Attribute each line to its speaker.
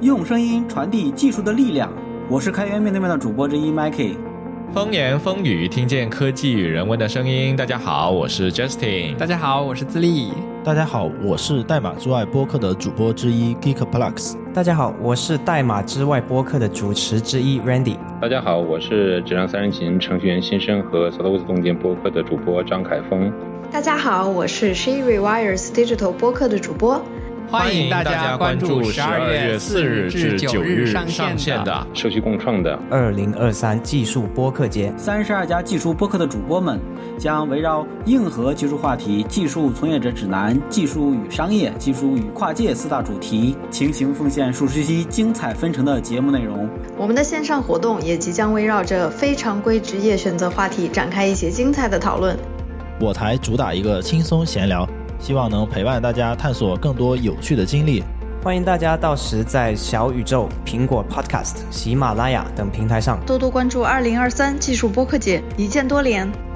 Speaker 1: 用声音传递技术的力量。我是开源面对面的主播之一 Mikey。
Speaker 2: 风言风语，听见科技与人文的声音。大家好，我是 Justin。
Speaker 3: 大家好，我是自立。
Speaker 4: 大家好，我是代码之外播客的主播之一 Geek Plus。
Speaker 5: 大家好，我是代码之外播客的主持之一 Randy。
Speaker 6: 大家好，我是质量三人行程序员新生和 Software 洞见播客的主播张凯峰。
Speaker 7: 大家好，我是 She Rewires Digital 播客的主播。
Speaker 3: 欢迎大家关注
Speaker 2: 十
Speaker 3: 十
Speaker 2: 二
Speaker 3: 二
Speaker 2: 月
Speaker 3: 月
Speaker 2: 四
Speaker 3: 四
Speaker 2: 日
Speaker 3: 日
Speaker 2: 至
Speaker 3: 至
Speaker 2: 九
Speaker 3: 九
Speaker 2: 日
Speaker 3: 日
Speaker 2: 上
Speaker 3: 上
Speaker 2: 线
Speaker 3: 线
Speaker 2: 的
Speaker 3: 的
Speaker 6: 社区共创的
Speaker 5: 二零二三技术播客节，
Speaker 1: 三十二家技术播客的主播们将围绕硬核技术话题、技术从业者指南、技术与商业、技术与跨界四大主题，强行奉献数十期精彩纷呈的节目内容。
Speaker 7: 我们的线上活动也即将围绕着非常规职业选择话题展开一些精彩的讨论。
Speaker 4: 我台主打一个轻松闲聊，希望能陪伴大家探索更多有趣的经历。
Speaker 5: 欢迎大家到时在小宇宙、苹果 Podcast、喜马拉雅等平台上
Speaker 7: 多多关注2023技术播客节，一键多联。